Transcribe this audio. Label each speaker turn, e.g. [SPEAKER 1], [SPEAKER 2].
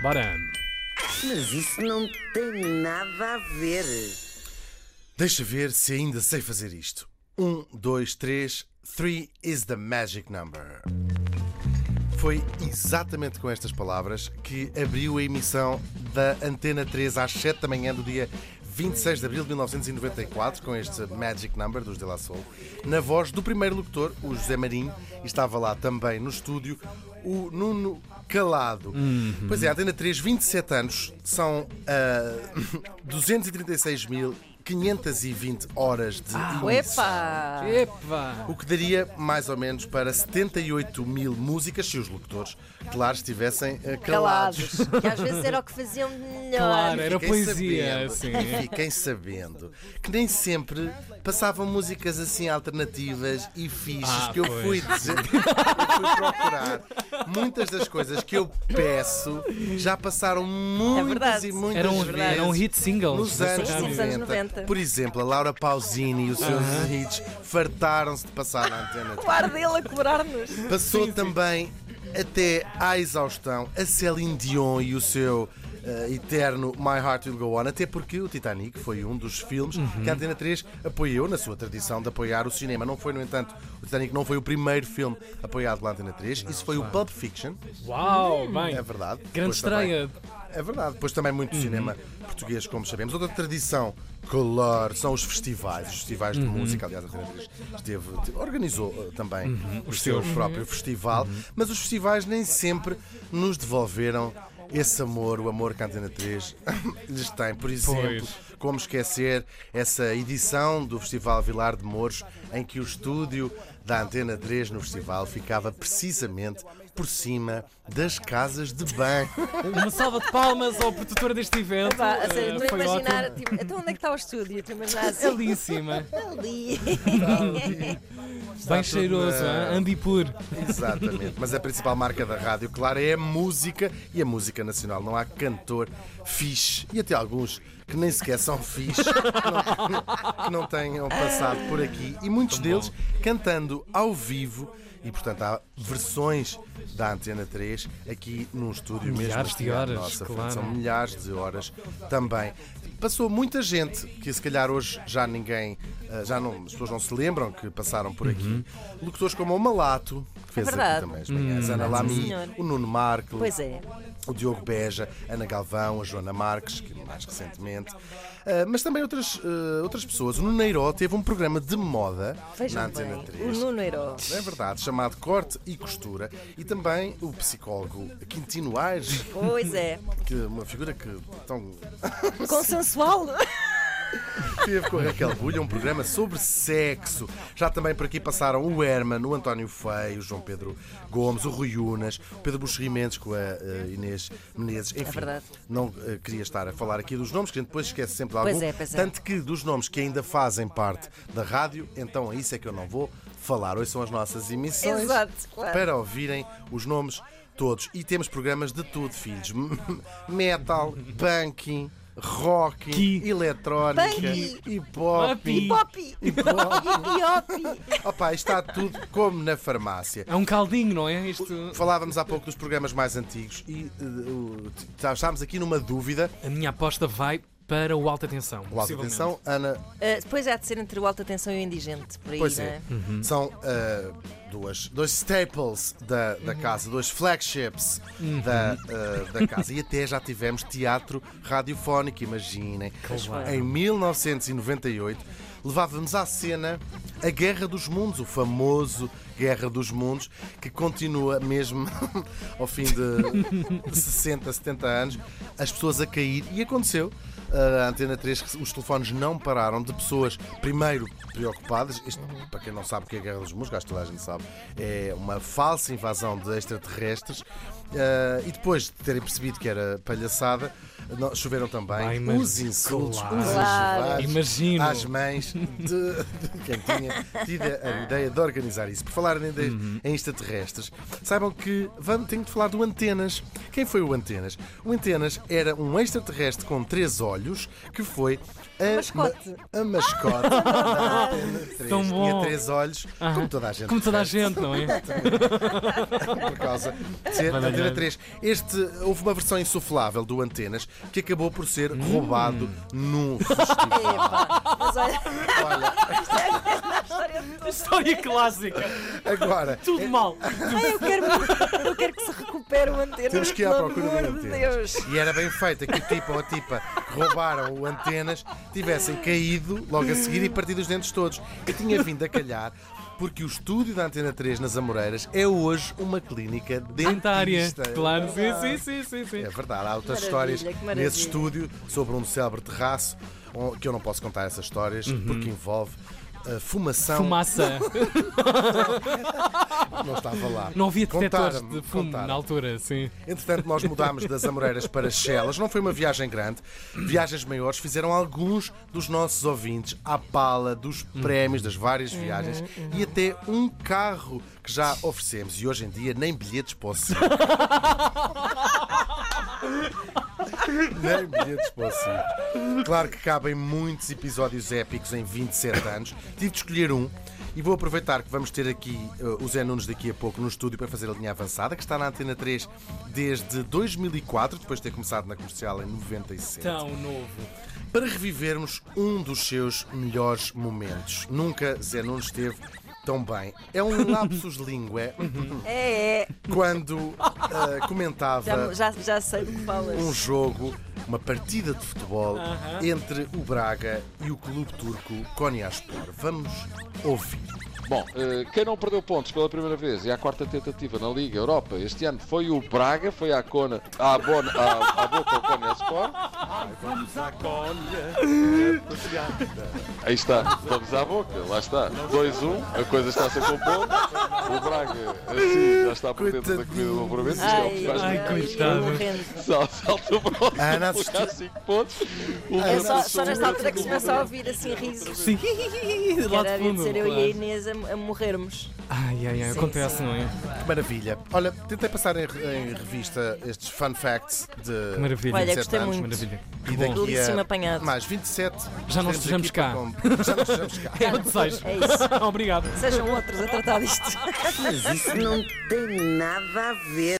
[SPEAKER 1] Baran.
[SPEAKER 2] Mas isso não tem nada a ver.
[SPEAKER 3] Deixa ver se ainda sei fazer isto. Um, dois, três. Three is the magic number. Foi exatamente com estas palavras que abriu a emissão da Antena 3 às 7 da manhã do dia 26 de abril de 1994, com este Magic Number dos De La Soul, na voz do primeiro locutor, o José Marinho, e estava lá também no estúdio o Nuno Calado. Pois é, a Antena 3, 27 anos, são uh, 236.520 horas de emissão.
[SPEAKER 4] Epa!
[SPEAKER 1] Epa!
[SPEAKER 3] O que daria mais ou menos para 78 mil músicas se os locutores, claro, estivessem eh, calados.
[SPEAKER 4] Calados. Que às vezes era o que faziam de melhor.
[SPEAKER 1] Claro, era
[SPEAKER 3] Fiquem
[SPEAKER 1] poesia,
[SPEAKER 3] sabendo-
[SPEAKER 1] assim.
[SPEAKER 3] Fiquem sabendo que nem sempre passavam músicas assim alternativas e fixes
[SPEAKER 1] Ah,
[SPEAKER 3] que eu
[SPEAKER 1] pois.
[SPEAKER 3] fui, dizer, eu fui procurar. Muitas das coisas que eu peço já passaram muitas
[SPEAKER 4] verdade.
[SPEAKER 3] e muitas
[SPEAKER 1] Eram,
[SPEAKER 3] vezes.
[SPEAKER 1] eram um hit singles.
[SPEAKER 3] Nos
[SPEAKER 1] da
[SPEAKER 3] anos,
[SPEAKER 1] sua rádio.
[SPEAKER 4] Nos anos 90.
[SPEAKER 3] Por exemplo, a Laura Pausini e os seus hits fartaram-se de passar na antena.
[SPEAKER 4] O ar dele a cobrar-nos.
[SPEAKER 3] Passou também até à exaustão a Celine Dion e o seu eh, eterno My Heart Will Go On, até porque o Titanic foi um dos filmes
[SPEAKER 1] Uhum.
[SPEAKER 3] que a Antena 3 apoiou na sua tradição de apoiar o cinema. Não foi, no entanto, o Titanic não foi o primeiro filme apoiado pela Antena 3, isso foi o Pulp Fiction,
[SPEAKER 1] Uau, bem.
[SPEAKER 3] é verdade.
[SPEAKER 1] Grande
[SPEAKER 3] Depois também-
[SPEAKER 1] estreia.
[SPEAKER 3] é verdade, depois também muito cinema português, como sabemos. Outra tradição, claro, são os festivais, os festivais de música. Aliás, a Antena 3 esteve, te- organizou eh, também o seu próprio festival, mas os festivais nem sempre nos devolveram esse amor, o amor que a Antena 3 lhes tem. Por exemplo, como esquecer essa edição do Festival Vilar de Mouros, em que o estúdio da Antena 3 no festival ficava precisamente por cima das casas de banho.
[SPEAKER 1] Uma salva de palmas ao produtor deste evento.
[SPEAKER 4] Pá, a
[SPEAKER 1] Eh,
[SPEAKER 4] sério, estou
[SPEAKER 1] foi
[SPEAKER 4] a
[SPEAKER 1] ótimo.
[SPEAKER 4] imaginar.
[SPEAKER 1] É
[SPEAKER 4] Tipo, então onde é que está o estúdio? Estou a imaginar assim.
[SPEAKER 1] Belíssima.
[SPEAKER 4] Ali.
[SPEAKER 1] Bem
[SPEAKER 3] tudo
[SPEAKER 1] cheiroso,
[SPEAKER 3] na-
[SPEAKER 1] hein? Andy Pur.
[SPEAKER 3] Exatamente, mas a principal marca da rádio, claro, é a música e a música nacional. Não há cantor fixe e até alguns que nem sequer são fixe, não- que não tenham passado por aqui. E muitos deles cantando ao vivo. E portanto há versões da Antena 3 aqui num estúdio mesmo.
[SPEAKER 1] Milhares de
[SPEAKER 3] aqui à
[SPEAKER 1] horas,
[SPEAKER 3] nossa frente.
[SPEAKER 1] claro.
[SPEAKER 3] São milhares de horas também. Passou muita gente que se calhar hoje já ninguém, ah, já não, as pessoas não se lembram que passaram por aqui. Locutores como o Malato, que fez aqui
[SPEAKER 4] É verdade.
[SPEAKER 3] também as manhãs, Ana Lamy,
[SPEAKER 4] senhor.
[SPEAKER 3] o Nuno Marco,
[SPEAKER 4] Pois é.
[SPEAKER 3] o Diogo Beja, Ana Galvão, a Joana Marques, que mais recentemente. Ah, mas também outras, ah, outras pessoas. O Nuneiro teve um programa de moda
[SPEAKER 4] Vejam
[SPEAKER 3] na Antena
[SPEAKER 4] bem.
[SPEAKER 3] 3.
[SPEAKER 4] O Nuno Herói.
[SPEAKER 3] É verdade, chamado Corte e Costura, e também o psicólogo Quintino Aires,
[SPEAKER 4] Pois é.
[SPEAKER 3] que é uma figura que tão
[SPEAKER 4] Consensual.
[SPEAKER 3] Teve com a Raquel Bulha um programa sobre sexo. Já também por aqui passaram o Herman, o António Feio, o João Pedro Gomes, o Rui Unas, o Pedro Buxo Rimentos com a eh, Inês Menezes. Enfim,
[SPEAKER 4] É verdade.
[SPEAKER 3] não eh, queria estar a falar aqui dos nomes, que a gente depois esquece sempre de algum.
[SPEAKER 4] Pois é, pois é.
[SPEAKER 3] Tanto que dos nomes que ainda fazem parte da rádio, então isso é que eu não vou falar. Hoje são as nossas emissões
[SPEAKER 4] Exato, claro.
[SPEAKER 3] para ouvirem os nomes todos. E temos programas de tudo, filhos. Metal, punking, rock,
[SPEAKER 1] Ki.
[SPEAKER 3] eletrónica,
[SPEAKER 4] Punky.
[SPEAKER 3] hip hop.
[SPEAKER 1] Papi.
[SPEAKER 4] Poppy. Iopi.
[SPEAKER 3] Opa, está tudo como na farmácia.
[SPEAKER 1] É um caldinho, não é? Isto.
[SPEAKER 3] Falávamos há pouco dos programas mais antigos e eh, o- tá- estávamos aqui numa dúvida.
[SPEAKER 1] A minha aposta vai para o Alta Tensão.
[SPEAKER 3] Olá,
[SPEAKER 1] possivelmente.
[SPEAKER 3] atenção, Ana.
[SPEAKER 4] Ah, Depois há de ser entre o alta tensão e o indigente. Por aí,
[SPEAKER 3] Pois
[SPEAKER 4] não
[SPEAKER 3] é, são eh, duas, dois staples da, da
[SPEAKER 4] Uhum.
[SPEAKER 3] casa, dois flagships da, eh, da casa. E até já tivemos teatro radiofónico, imaginem.
[SPEAKER 1] Claro.
[SPEAKER 3] Em 1998, levávamos à cena a Guerra dos Mundos, o famoso Guerra dos Mundos, que continua mesmo ao fim de 60, 70 anos, as pessoas a cair. E aconteceu. A Antena 3, os telefones não pararam de pessoas, primeiro preocupadas, isto, para quem não sabe o que é a Guerra dos Mundos, acho que toda a gente sabe, é uma falsa Ah, invasão de extraterrestres, eh, e depois de terem percebido que era palhaçada, Não, choveram
[SPEAKER 1] Ai,
[SPEAKER 3] também
[SPEAKER 1] mas
[SPEAKER 3] os insultos,
[SPEAKER 1] claro.
[SPEAKER 3] os
[SPEAKER 4] Claro.
[SPEAKER 3] enchivados
[SPEAKER 1] Imagino.
[SPEAKER 3] às mães de, de quem tinha tido a ideia de organizar isso. Por falarem de,
[SPEAKER 1] Uhum.
[SPEAKER 3] em extraterrestres, saibam que vamos, tenho de falar do Antenas. Quem foi o Antenas? O Antenas era um extraterrestre com três olhos que foi a
[SPEAKER 4] Mascote.
[SPEAKER 3] ma- a mascote. Três.
[SPEAKER 1] Tão bom.
[SPEAKER 3] Tinha três olhos, como toda a gente.
[SPEAKER 1] Como toda a
[SPEAKER 3] sabe
[SPEAKER 1] gente, não é?
[SPEAKER 3] por causa de ser
[SPEAKER 1] Maravilhoso.
[SPEAKER 3] Antena 3. Este, houve uma versão insuflável do Antenas que acabou por ser
[SPEAKER 1] Hum.
[SPEAKER 3] roubado num festival.
[SPEAKER 4] Mas olha, é
[SPEAKER 3] Olha,
[SPEAKER 4] a história de todos.
[SPEAKER 1] História clássica.
[SPEAKER 3] agora,
[SPEAKER 1] Tudo mal.
[SPEAKER 4] Ai, eu quero, muito- eu quero que se recupere o antena.
[SPEAKER 3] temos que ir à
[SPEAKER 4] pelo
[SPEAKER 3] procura
[SPEAKER 4] amor
[SPEAKER 3] do
[SPEAKER 4] de
[SPEAKER 3] Antenas.
[SPEAKER 4] Deus.
[SPEAKER 3] E era bem feito que o tipo ou a tipa que roubaram o Antenas tivessem caído logo a seguir e partido os dentes todos. E tinha vindo a calhar. Porque o estúdio da Antena 3 nas Amoreiras é hoje uma clínica
[SPEAKER 1] Dentária.
[SPEAKER 3] dentista.
[SPEAKER 1] Claro, sim, sim, sim, sim. sim.
[SPEAKER 3] É verdade, há outras
[SPEAKER 4] Que
[SPEAKER 3] histórias
[SPEAKER 4] maravilha, que maravilha.
[SPEAKER 3] nesse estúdio sobre um célebre terraço on- que eu não posso contar essas histórias
[SPEAKER 1] Uhum.
[SPEAKER 3] porque envolve a fumação.
[SPEAKER 1] Fumaça.
[SPEAKER 3] Não estava lá.
[SPEAKER 1] Não havia detectores
[SPEAKER 3] Contaram-me,
[SPEAKER 1] de fumo
[SPEAKER 3] contaram-me.
[SPEAKER 1] na altura, sim.
[SPEAKER 3] Entretanto, nós mudámos das Amoreiras para Chelas. Não foi uma viagem grande. Viagens maiores fizeram alguns dos nossos ouvintes à pala dos prémios das várias viagens e até um carro que já oferecemos. E hoje em dia nem bilhetes posso. Nem bilhetes possíveis. Claro que cabem muitos episódios épicos em 27 anos. Tive de escolher um e vou aproveitar que vamos ter aqui uh, o Zé Nunes daqui a pouco no estúdio para fazer a linha avançada, que está na Antena 3 desde 2004, depois de ter começado na comercial em 97
[SPEAKER 1] Tão novo.
[SPEAKER 3] para revivermos um dos seus melhores momentos. Nunca Zé Nunes esteve tão bem. É um lapsus língua
[SPEAKER 4] É, é.
[SPEAKER 3] quando ah, comentava
[SPEAKER 4] Já, já, já sei do que falas.
[SPEAKER 3] um jogo, uma partida de futebol entre o Braga e o clube turco Konyaspor. Vamos ouvir.
[SPEAKER 5] Bom, eh, quem não perdeu pontos pela primeira vez e à quarta tentativa na Liga Europa este ano foi o Braga, foi à Cona, à, Bona, à, à Boca ao Cone Sport. Aí está, vamos à boca, lá está. 2-1, a coisa está a ser compondo. O Braga, assim, já está por dentro da comida do Alvoramento. Isto é o que faz
[SPEAKER 1] Ai,
[SPEAKER 5] muito
[SPEAKER 1] ai,
[SPEAKER 5] bem.
[SPEAKER 1] coitado.
[SPEAKER 5] Sal- Salta para o
[SPEAKER 3] Ana
[SPEAKER 5] Ana,
[SPEAKER 3] assistiu-
[SPEAKER 5] 5 pontos.
[SPEAKER 4] É só, só nesta altura que se começa a ouvir assim risos.
[SPEAKER 1] Sim. Lá
[SPEAKER 4] Quero
[SPEAKER 1] de
[SPEAKER 4] havia de
[SPEAKER 1] fundo.
[SPEAKER 4] ser eu
[SPEAKER 1] claro.
[SPEAKER 4] e a Inês a, a morrermos.
[SPEAKER 1] Ai, ai, ai.
[SPEAKER 4] Sim,
[SPEAKER 1] Acontece,
[SPEAKER 4] sim.
[SPEAKER 1] não é?
[SPEAKER 3] Que maravilha. Olha, tentei passar em, em revista estes fun facts de
[SPEAKER 1] Maravilha.
[SPEAKER 4] Olha,
[SPEAKER 3] 27
[SPEAKER 4] gostei
[SPEAKER 3] anos.
[SPEAKER 4] muito.
[SPEAKER 1] Maravilha. Que
[SPEAKER 3] E
[SPEAKER 1] bom.
[SPEAKER 3] daqui
[SPEAKER 4] Belíssimo
[SPEAKER 3] a
[SPEAKER 4] apanhado.
[SPEAKER 3] mais 27
[SPEAKER 1] Já não estejamos
[SPEAKER 3] estaremos aqui para
[SPEAKER 1] cá.
[SPEAKER 3] com- Já não estejamos cá.
[SPEAKER 1] É o desejo.
[SPEAKER 4] É isso.
[SPEAKER 1] Obrigado.
[SPEAKER 4] Sejam outros a tratar disto.
[SPEAKER 2] Mas isso não tem nada a ver.